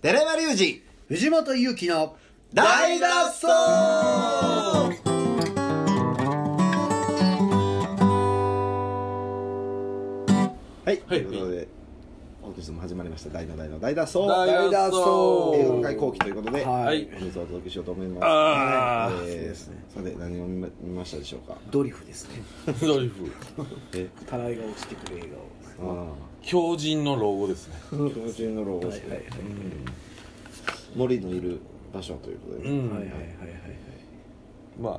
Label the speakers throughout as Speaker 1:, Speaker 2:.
Speaker 1: 寺山隆二
Speaker 2: 藤本勇樹の
Speaker 1: 大脱走はい、ということで本日も始まりました「大の大の大脱走」
Speaker 3: 大脱走
Speaker 1: 映画会後期ということで、
Speaker 2: は
Speaker 3: はいい
Speaker 1: 本日お届けしようと思います
Speaker 3: あー
Speaker 1: えーさて何を見ま見ましたでしょうか
Speaker 2: ドリフですね
Speaker 3: ドリフ
Speaker 1: え
Speaker 2: たらいが落ちてくる映
Speaker 1: ああ
Speaker 3: 狂人の老後ですね
Speaker 1: 気持ちのロゴ
Speaker 2: 画を
Speaker 1: で
Speaker 2: はい
Speaker 1: す
Speaker 2: はいはい
Speaker 1: ね森のいる場所ということで、
Speaker 3: うん、
Speaker 2: はいはいはいはい
Speaker 3: まあ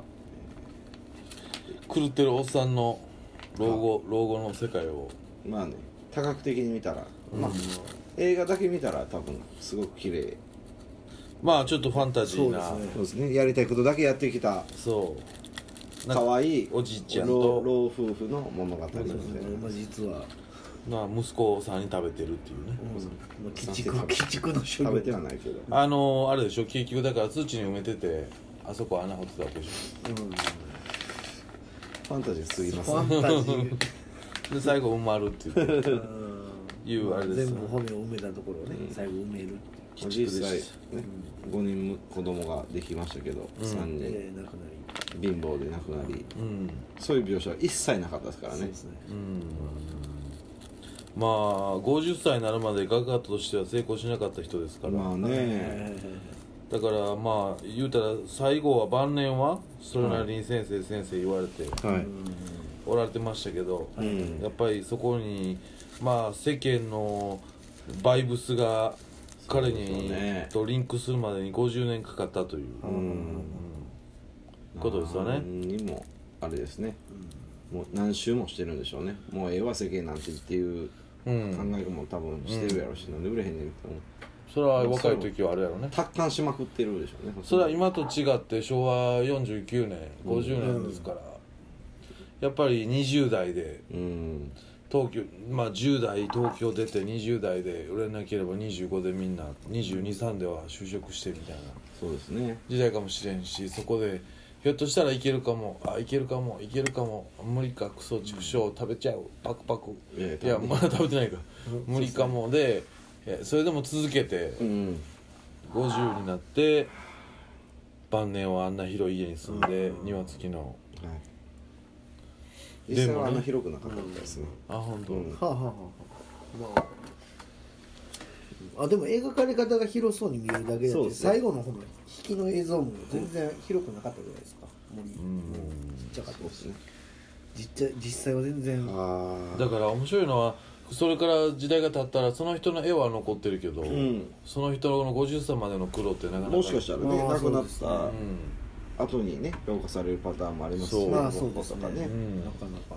Speaker 3: 狂ってるおっさんの老後老後の世界を
Speaker 1: まあね多角的に見たら、まあ映画だけ見たら多分すごく綺麗
Speaker 3: まあちょっとファンタジーな
Speaker 2: そ
Speaker 3: そうう,、
Speaker 2: ですね
Speaker 1: そうですねやりたいことだけやってきた
Speaker 3: なんか
Speaker 1: 可愛い
Speaker 3: おじいちゃん
Speaker 1: 老
Speaker 3: と
Speaker 1: 老夫婦の物語みたいな
Speaker 2: そうですねまあ実は
Speaker 3: な息子さんに食べてるっていうね、
Speaker 2: まあ鬼畜鬼畜の所
Speaker 1: 食べて
Speaker 2: 業
Speaker 1: はないけど
Speaker 3: あのあれでしょ結局だから土に埋めててあそこ穴掘ってたわけでし
Speaker 1: ファンタジーすぎま
Speaker 2: フ
Speaker 1: すね
Speaker 2: ァンタジー
Speaker 3: ょで最後埋まるっていういうあれです
Speaker 2: 全
Speaker 3: よ
Speaker 2: 部骨を埋めたところをね最後埋める
Speaker 1: 実際、ね、5人も子供ができましたけど、3人
Speaker 2: でなくなり
Speaker 1: 貧乏で亡くなり
Speaker 3: うん
Speaker 1: そういう描写は一切なかったですから
Speaker 2: そう
Speaker 1: ね
Speaker 2: ですね
Speaker 3: まあ50歳になるまで画家としては成功しなかった人ですから、
Speaker 1: まあね
Speaker 3: だからまあ言うたら最後は晩年はそれなりに先生先生言われて
Speaker 1: はい
Speaker 3: おられてましたけど、
Speaker 1: ん
Speaker 3: やっぱりそこにまあ世間のバイブスが
Speaker 1: そ
Speaker 3: 彼
Speaker 1: うです
Speaker 3: に
Speaker 1: よね
Speaker 3: とリンクするまでに50年かかったという、ことですよね
Speaker 1: 何にもあれですね、もう何周もしてるんでしょうねもうええわ世間なんてっていう考えも多分してるやろし、なんで売れへんねんって思う
Speaker 3: それは若い時はあれやろね
Speaker 1: 達観しまくってるでしょうね
Speaker 3: それは今と違って昭和49年50年ですから、やっぱり20代で
Speaker 1: うん
Speaker 3: 東京まあ10代東京出て20代で売れなければ25でみんな223では就職してみたいな
Speaker 1: そうですね
Speaker 3: 時代かもしれんしそこでひょっとしたらいけるかもあいけるかもいけるかも無理かクソ畜生食べちゃうパクパク
Speaker 1: いやい
Speaker 3: い
Speaker 1: や
Speaker 3: やまだ食べてないか無理かもでえそれでも続けて
Speaker 1: うん
Speaker 3: 50になって晩年はあんな広い家に住んで庭付きの
Speaker 1: はい実際はあんな広くなかったですね
Speaker 3: あ本当、
Speaker 1: うん
Speaker 2: はあ、はあはあ、まああでも描かれ方が広そうに見えるだけだ
Speaker 1: そう
Speaker 2: っ
Speaker 1: で
Speaker 2: て
Speaker 1: すね
Speaker 2: 最後の方の引きの映像も全然広くなかったじゃないですか森もうちっちゃかった
Speaker 1: そうですね
Speaker 2: 実際実際は全然
Speaker 1: ああ
Speaker 3: だから面白いのはそれから時代が経ったらその人の絵は残ってるけど、
Speaker 1: ん
Speaker 3: その人の50歳までの苦労ってなかなか
Speaker 1: もしかしたらね
Speaker 2: あー
Speaker 1: 亡くなっ
Speaker 2: そ
Speaker 1: た後にね評価されるパターンもあります
Speaker 3: そう
Speaker 2: まあそうです
Speaker 1: と
Speaker 2: ね
Speaker 1: かね
Speaker 3: ん
Speaker 2: なかなか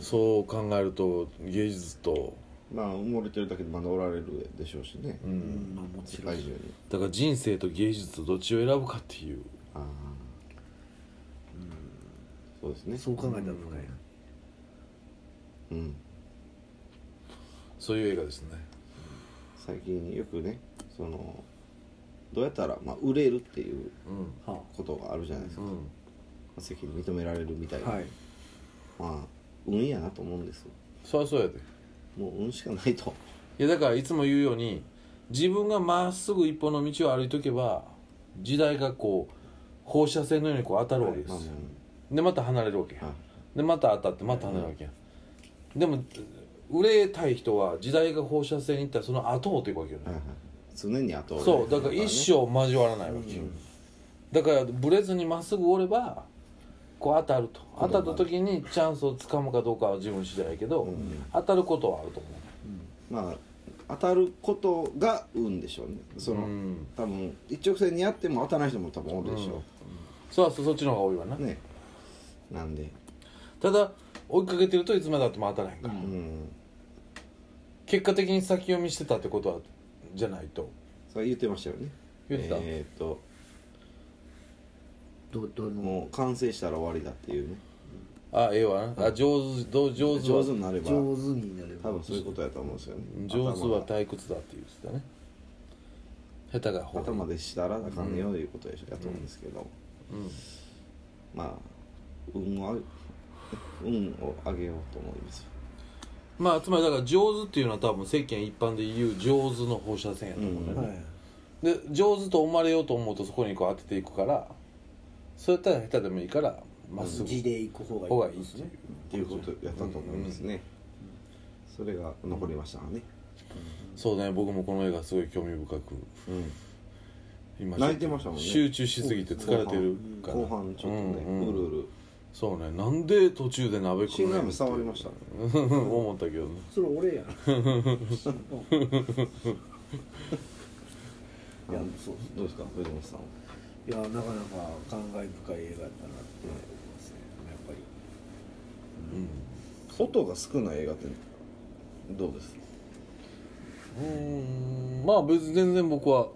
Speaker 3: そう考えると芸術と
Speaker 1: まあ埋もれてるだけでまだおられるでしょうしね、
Speaker 2: うんまあもち
Speaker 1: 世
Speaker 2: ろん
Speaker 1: 界中に
Speaker 3: だから人生と芸術とどっちを選ぶかっていう
Speaker 1: ああそうですね
Speaker 2: そう考えたら深いな
Speaker 1: うん
Speaker 3: そういう映画ですね
Speaker 1: 最近よくねそのどうやったら、まあ、売れるっていう
Speaker 3: う
Speaker 2: は
Speaker 1: ことがあるじゃないですか、
Speaker 3: ん、うん、
Speaker 1: 世間に認められるみたい
Speaker 2: あ
Speaker 1: な、
Speaker 2: はい
Speaker 1: まあ運やなと思うんです
Speaker 3: そりゃそうやで
Speaker 1: もう運しかないと
Speaker 3: いやだからいつも言うように自分がまっすぐ一本の道を歩いとけば時代がこう放射線のようにこう当たるわけですよ、
Speaker 1: まあま
Speaker 3: でまた離れるわけや、
Speaker 1: は
Speaker 3: でまた当たってまた離れるわけや、でも売れたい人は時代が放射線に行ったらその後を追っていくわけよね、
Speaker 1: あはいはい常に後をね
Speaker 3: そうだから一生交わらないわけよ、だからブレずにまっすぐ折ればこう当たると当たった時にチャンスをつかむかどうかは自分次第やけど、当たることはあると思
Speaker 1: まあ当たることが運でしょうねその、
Speaker 3: うん
Speaker 1: 多分一直線にやっても当たらない人も多分おるでしょ
Speaker 3: うそうはそっちの方が多いわな、
Speaker 1: う、ねなんで
Speaker 3: ただ追いかけてるといつまでたっても当たらへんから、
Speaker 1: うん
Speaker 3: 結果的に先読みしてたってことはじゃないと
Speaker 1: それ言ってましたよね
Speaker 3: 言ってた
Speaker 1: えーっと
Speaker 2: どどの
Speaker 1: もう完成したら終わりだっていうね
Speaker 3: あええわなあ上手どう上手は
Speaker 1: 上手になれば
Speaker 2: 上手になれば
Speaker 1: 多分そういうことやと思うんですよね
Speaker 3: 上手は
Speaker 1: 頭が
Speaker 3: 退屈だって言ってたね下手が方
Speaker 1: 頭でしたらあかんよということでしょやと思うんですけど、 まあ運を運を上げようと思いますよ
Speaker 3: まあつまりだから上手っていうのは多分世間一般で言う上手の放射線やと思うんだよね、
Speaker 1: うん
Speaker 2: はい
Speaker 3: で上手と思われようと思うとそこにこう当てていくからそうやったら下手でもいいからまっすぐ
Speaker 2: 字で行く方がいい
Speaker 3: 方がいいですね
Speaker 1: っていうことやったと思いますね、それが残りましたね、
Speaker 3: そうだね僕もこの映画すごい興味深く
Speaker 1: うん、
Speaker 3: 今
Speaker 1: 泣いてましたもんね
Speaker 3: 集中しすぎて疲れてるから
Speaker 1: 後半ちょっとね、
Speaker 3: うんうん
Speaker 1: うるうる
Speaker 3: そうねなんで途中で鍋食
Speaker 1: 心
Speaker 3: うね
Speaker 1: 外
Speaker 3: んっ
Speaker 1: も
Speaker 3: て
Speaker 1: 伝わりましたね
Speaker 3: 思ったけどね
Speaker 2: それ俺やんうんいやそう
Speaker 1: どうですか藤本さんはい
Speaker 2: やなかなか感慨深い映画だなって思いますねやっぱり
Speaker 1: 音が少ない映画ってどうです
Speaker 3: うんうんまあ別に全然僕は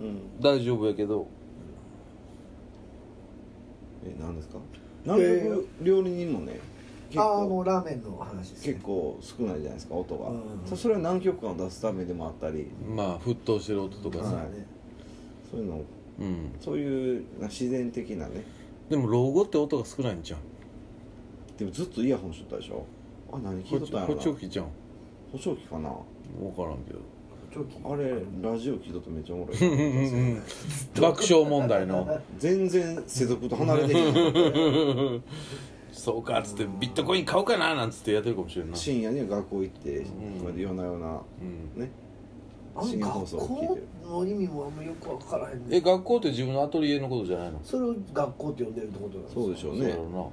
Speaker 1: うん
Speaker 3: 大丈夫やけど
Speaker 1: え何ですか南極料理人もね結
Speaker 2: あああの
Speaker 1: 構
Speaker 2: ラーメンの話ですね
Speaker 1: 結構少ないじゃないですか音が、
Speaker 2: うん
Speaker 1: そそれは南極感を出すためでもあったり
Speaker 3: まあ沸騰してる音とか
Speaker 2: そう
Speaker 3: さ、
Speaker 2: だね
Speaker 1: そういうのを
Speaker 3: うん
Speaker 1: そういうな自然的なね
Speaker 3: でも老後って音が少ないんじゃん
Speaker 1: でもずっとイヤホンしとったでしょあ何
Speaker 3: こ
Speaker 1: 聞い
Speaker 3: っ
Speaker 1: とっ
Speaker 3: ち
Speaker 1: たんや
Speaker 3: こ
Speaker 1: ろ
Speaker 3: っ
Speaker 1: な
Speaker 3: ち起きちゃん
Speaker 1: 補聴器かな
Speaker 3: 分からんけど
Speaker 2: 長期
Speaker 1: あれラジオ聞いとってめっちゃおもろいなと思ったん ですよ
Speaker 3: 爆笑問題の
Speaker 1: 全然世俗と離れてへん
Speaker 3: 「 そうか」っつって「ビットコイン買おうかな」なんつってやってるかもしれ んな
Speaker 1: 深夜には学校行って、
Speaker 3: ん
Speaker 1: こうやって夜な夜な
Speaker 3: うん
Speaker 1: ね
Speaker 2: あ
Speaker 1: 深夜
Speaker 2: の
Speaker 1: 放送
Speaker 2: 学
Speaker 1: を聞いて
Speaker 2: 校
Speaker 1: る
Speaker 2: の意味もあんまよく分からへんね
Speaker 3: え学校って自分のアトリエのことじゃないの
Speaker 2: それを学校って呼んでるってことなんですか
Speaker 1: そうでしょう
Speaker 3: そう
Speaker 1: ね
Speaker 3: やろ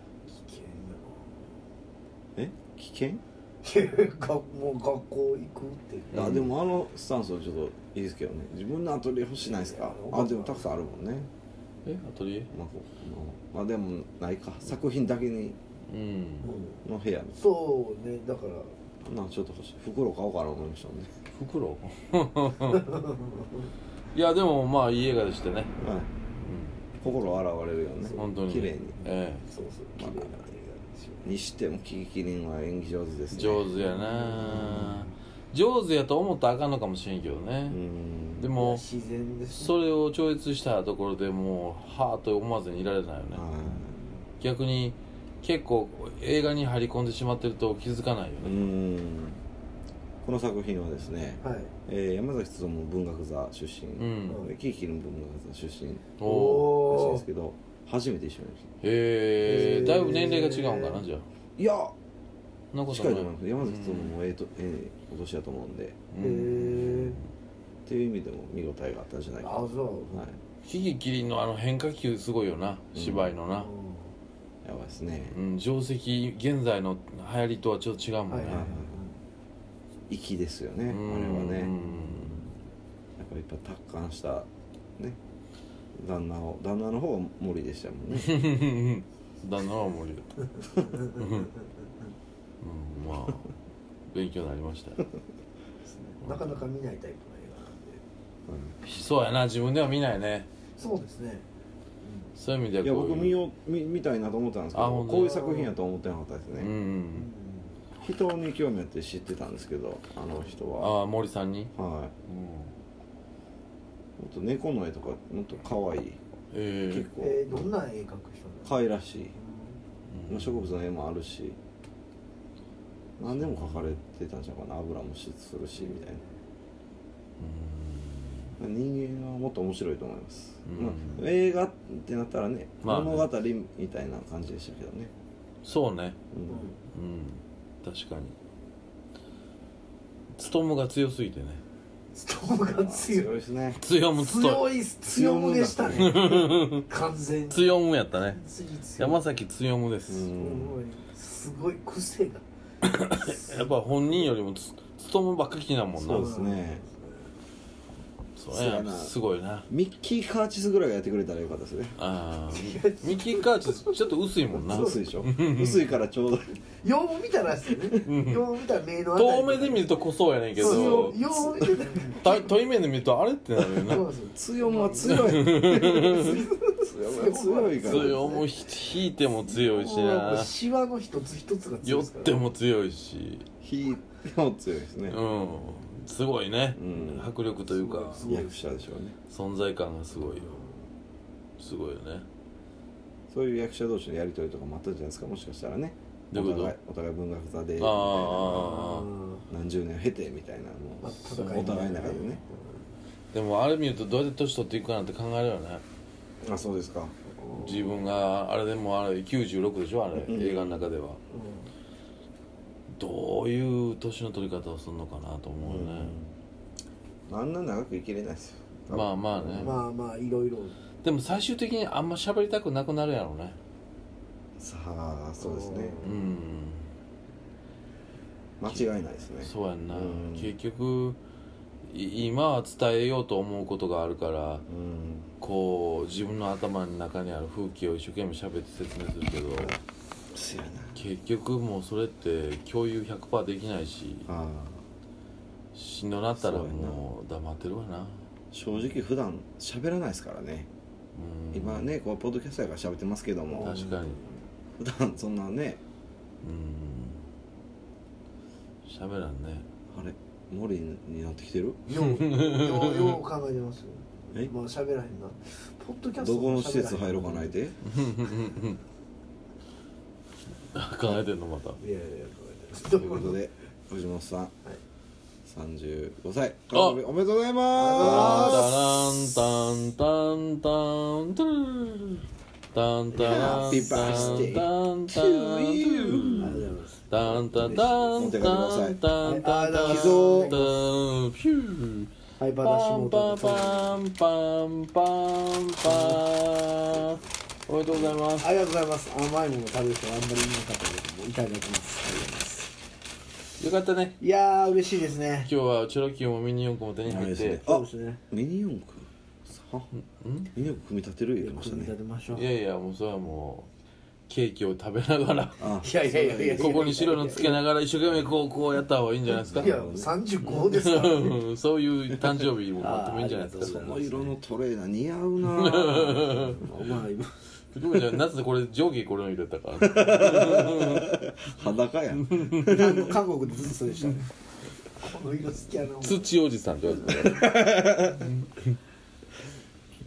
Speaker 2: 危険
Speaker 1: え危険、
Speaker 2: やな学もう学校行くって
Speaker 3: うん
Speaker 1: あでもあのスタンスはちょっといいですけどね自分のアトリエ欲しないですかあでもたくさんあるもんね
Speaker 3: なえアトリエ
Speaker 1: まあ、こまあ、まあでもないか作品だけに
Speaker 3: うん
Speaker 2: う
Speaker 1: の部屋
Speaker 2: んそうねだから
Speaker 1: なんかちょっと欲しい袋買おうかな思いましたもんね
Speaker 3: 袋 いやでもまあいい映画でしたね
Speaker 1: はい
Speaker 3: うん
Speaker 1: 心洗われるよね
Speaker 3: 本当に
Speaker 1: 綺麗に
Speaker 3: え
Speaker 2: そうそう綺麗な映画ですよ
Speaker 1: にしてもキキキリンは演技上手です
Speaker 3: え
Speaker 1: ね
Speaker 3: 上手やな上手やと思ったらあかんのかもしれんけど
Speaker 1: う
Speaker 3: ね
Speaker 1: ん
Speaker 3: でも
Speaker 2: 自然ですね
Speaker 3: それを超越したところでもうはあと思わずにいられないよね
Speaker 1: はい
Speaker 3: 逆に結構映画に入り込んでしまってると気づかないよ
Speaker 1: う
Speaker 3: ね
Speaker 1: んこの作品はですね、
Speaker 2: はい
Speaker 1: えー山崎努も文学座出身、
Speaker 3: うん
Speaker 1: でキキキリンも文学座出身ら
Speaker 3: おお
Speaker 1: しいん
Speaker 2: お
Speaker 1: で
Speaker 2: ー
Speaker 1: すけど初めて一緒に
Speaker 3: へ
Speaker 2: へ
Speaker 3: え
Speaker 2: ー
Speaker 3: だいぶ年齢が違うんかなじゃあ
Speaker 1: いや
Speaker 3: そんなこと
Speaker 1: 近
Speaker 3: ないい
Speaker 1: と思います山崎努もええとええお年だと思うんで
Speaker 3: う
Speaker 2: へ
Speaker 3: ん
Speaker 2: え
Speaker 1: っていう意味でも見応えがあったんじゃないかな
Speaker 2: あ
Speaker 1: は
Speaker 2: そう
Speaker 3: キキキリンのあの変化球すごいよな芝居のな
Speaker 1: いやばいですね
Speaker 3: うん、定石現在の流行りとはちょっと違う
Speaker 2: うん
Speaker 3: も
Speaker 2: は
Speaker 3: ん
Speaker 2: い
Speaker 3: ね、
Speaker 2: はいはい
Speaker 1: 粋ですよねあれは
Speaker 3: うん
Speaker 1: ねやっぱりいっぱい達観したね旦那を旦那の方が森でしたもんね
Speaker 3: 旦那は森だったうんまあ勉強になりましたよ
Speaker 2: なかなか見ないタイプの映画なんで
Speaker 3: そうやな自分では見ないね
Speaker 2: そうですね
Speaker 3: そういう意味ではい
Speaker 1: や
Speaker 3: こういう
Speaker 1: 僕見よう見見たいなと思ったんですけ
Speaker 3: あ
Speaker 1: ど
Speaker 3: 本当
Speaker 1: こういう作品やとは思ってなかったです
Speaker 3: う
Speaker 1: ね、
Speaker 2: うん
Speaker 3: ん
Speaker 1: 人に興味あって知ってたんですけどあの人は
Speaker 3: ああ森さんに、
Speaker 1: はいもっと猫の絵とかもっと可愛い
Speaker 3: え
Speaker 1: 結
Speaker 3: え
Speaker 1: 構
Speaker 2: えーどんな絵描く人なの
Speaker 1: 可愛らしい
Speaker 3: うん
Speaker 1: まあ植物の絵もあるし何でも描かれてたんじゃないかな油もしするしみたいな人間はもっと面白いと思います、
Speaker 3: うん
Speaker 1: まあ、映画ってなったらね
Speaker 3: まあね
Speaker 1: 物語みたいな感じでしたけどね、
Speaker 3: そうね
Speaker 1: うん
Speaker 3: うん確かにツトムが強すぎてね
Speaker 2: ストームが強
Speaker 1: 強い
Speaker 2: い
Speaker 1: ですね
Speaker 3: 強むツト
Speaker 2: 強い強むでしたね完全に
Speaker 3: 強むやったね
Speaker 2: 強い強い
Speaker 3: 山崎強むです、
Speaker 1: うん
Speaker 2: すごい癖が
Speaker 3: やっぱ本人よりもつ勤むばっかりなもんな
Speaker 1: そうですね
Speaker 3: そう
Speaker 1: そうやな
Speaker 3: すごいな
Speaker 1: ミッキー・カーチスぐらいがやってくれたらよかったですね
Speaker 3: あーミミキーカーチちょっと薄いもんな
Speaker 1: 薄いでしょ薄いからちょうどいい
Speaker 2: よう見たらですよねよう見たら目のあたり
Speaker 3: 遠目で見るとこそうやねんけ
Speaker 2: そ
Speaker 3: ど
Speaker 2: うよう見てたら
Speaker 3: た遠い目で見るとあれってなるよな
Speaker 2: そうそう
Speaker 1: 強もは強い強もは強いから
Speaker 3: 強もひ引いても強いしな
Speaker 2: シワの一つ一つが強
Speaker 3: 酔っ
Speaker 2: いですから
Speaker 3: ても強いし
Speaker 1: 引いても強いですね、
Speaker 3: うんすごいね、
Speaker 1: うん
Speaker 3: 迫力というか
Speaker 2: すごい
Speaker 1: 役者でしょうね
Speaker 3: 存在感がすごいよすごいよね
Speaker 1: そういう役者同士のやり取りとかもあったんじゃないですかもしかしたらね
Speaker 3: どういう
Speaker 1: お
Speaker 3: こ
Speaker 1: 互いお互い文学座で
Speaker 3: とああ
Speaker 1: 何十年経てみたいなも
Speaker 2: 戦いみたいうな
Speaker 1: お互いの中でね
Speaker 3: でもあれ見るとどうやって年取っていくかなって考えるよね
Speaker 1: あそうですか
Speaker 3: 自分があれでもあれ96でしょあれ、映画の中ではどういう年の取り方をするのかなと思うよね、
Speaker 1: あんな長く生きれないですよ
Speaker 3: まあまあね、
Speaker 2: まあまあいろいろ
Speaker 3: でも最終的にあんま喋りたくなくなるやろうね
Speaker 1: さあそうですね
Speaker 3: うん
Speaker 1: 間違いないですね
Speaker 3: そうやんな、
Speaker 1: うん
Speaker 3: 結局い今は伝えようと思うことがあるから
Speaker 1: うん
Speaker 3: こう自分の頭の中にある風景を一生懸命喋って説明するけど
Speaker 1: そうやな
Speaker 3: 結局もうそれって共有100%できないし
Speaker 1: ああ
Speaker 3: しんどなったらもう黙ってるわな
Speaker 1: 正直普段喋らないですからね
Speaker 3: うん
Speaker 1: 今ねこうポッドキャストやから喋ってますけども
Speaker 3: 確かに
Speaker 1: 普段そんなね
Speaker 3: うん喋らんね
Speaker 1: あれモリになってきてる
Speaker 2: ようようよう考えてますよ
Speaker 1: え
Speaker 2: まあ喋らへんなポッドキャスト
Speaker 1: どこの
Speaker 2: も
Speaker 1: 施
Speaker 2: 喋らへん
Speaker 1: 設入ろうかないで
Speaker 3: 考えてんのまた
Speaker 2: いやいやいや
Speaker 1: と
Speaker 2: ど
Speaker 1: いう
Speaker 2: こ
Speaker 1: こと
Speaker 2: の
Speaker 1: で藤本さん
Speaker 2: はい
Speaker 1: 35歳おめでとうございま
Speaker 3: タンタンタンタントゥルルタンタランタン
Speaker 1: Happy birthday
Speaker 3: タン
Speaker 1: to
Speaker 3: タントゥル
Speaker 1: you
Speaker 3: ル
Speaker 2: ありがとうございま
Speaker 3: タ
Speaker 2: す
Speaker 3: ンタンタンタンタンタンタンタン
Speaker 2: 寄贈
Speaker 3: ピュー
Speaker 2: はいバダシ
Speaker 3: パ
Speaker 2: モ
Speaker 3: ン
Speaker 2: ータ
Speaker 3: パン
Speaker 2: と
Speaker 3: パンパンパンパンおめでとうございます
Speaker 2: ありがとうございます甘いもの食べる人はあんまりいなかったけどもいただきますありがとうございます
Speaker 3: よかったね
Speaker 2: いやー嬉しいですね
Speaker 3: 今日はチョロキューもミニ四駆も手に入っ
Speaker 1: はいで
Speaker 3: て
Speaker 1: すね
Speaker 2: そうですね
Speaker 1: すミニ四駆さミニ四駆組み立てる言ってました
Speaker 2: 組み立
Speaker 1: ね
Speaker 2: てましょう
Speaker 3: いやいやもうそれはもうケーキを食べながら
Speaker 1: あ
Speaker 2: いやいやいやいや
Speaker 3: ここに白のつけながら一生懸命こうこうやった方がいいんじゃないですか
Speaker 2: いや35ですからね
Speaker 3: うんそういう誕生日もあってもいいんじゃないで
Speaker 2: あ
Speaker 3: す
Speaker 2: ー
Speaker 3: か
Speaker 1: この色のトレーナー似合うな
Speaker 2: まあ今
Speaker 3: 僕じゃあ夏でこれ上下これの色だったから
Speaker 1: 裸やん
Speaker 2: 韓国韓国でずっとそうでしたねこの色好きやなお前
Speaker 3: 土おじさんって言われてた から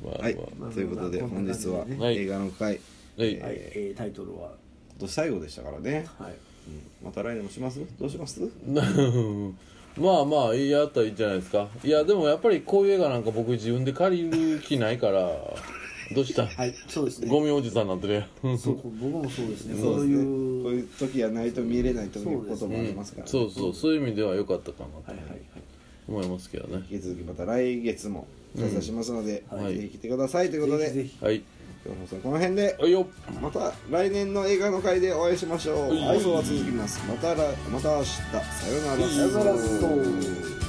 Speaker 3: まあ
Speaker 1: はい
Speaker 3: まあ
Speaker 2: まあ
Speaker 1: ということで
Speaker 2: まあこ
Speaker 1: 本
Speaker 2: んな
Speaker 1: 日は
Speaker 2: 感じで
Speaker 3: ねはい
Speaker 1: 映画の回
Speaker 3: はい
Speaker 2: はい、えー、タイトルは
Speaker 1: 今年最後でしたからね
Speaker 2: はい
Speaker 1: うんまた来年もしますどうします
Speaker 3: うん まあまあ言い合ったらいいんじゃないですかいやでもやっぱりこういう映画なんか僕自分で借りる気ないからどうした、
Speaker 2: はいそうですね
Speaker 3: ゴミおじさんなんてね
Speaker 2: そう僕もそうですね
Speaker 1: そ
Speaker 2: そうう
Speaker 1: ですねこう
Speaker 2: い
Speaker 1: い
Speaker 2: う
Speaker 1: う時やないと見れないということもありますからね
Speaker 3: そうそうそういう意味では良かったかな
Speaker 2: はい
Speaker 3: と
Speaker 2: はいはい
Speaker 3: 思いますけどね
Speaker 1: 引き続きまた来月も開催しますので、
Speaker 3: はい
Speaker 1: ぜひ来てくださいということで、
Speaker 2: ぜひぜひ
Speaker 3: はい
Speaker 1: 今日の放送はこの辺で
Speaker 3: はいよ
Speaker 1: また来年の映画の回でお会いしましょう、
Speaker 3: はい
Speaker 1: 放送は続きますまたらまた明日さようなら
Speaker 2: さよなら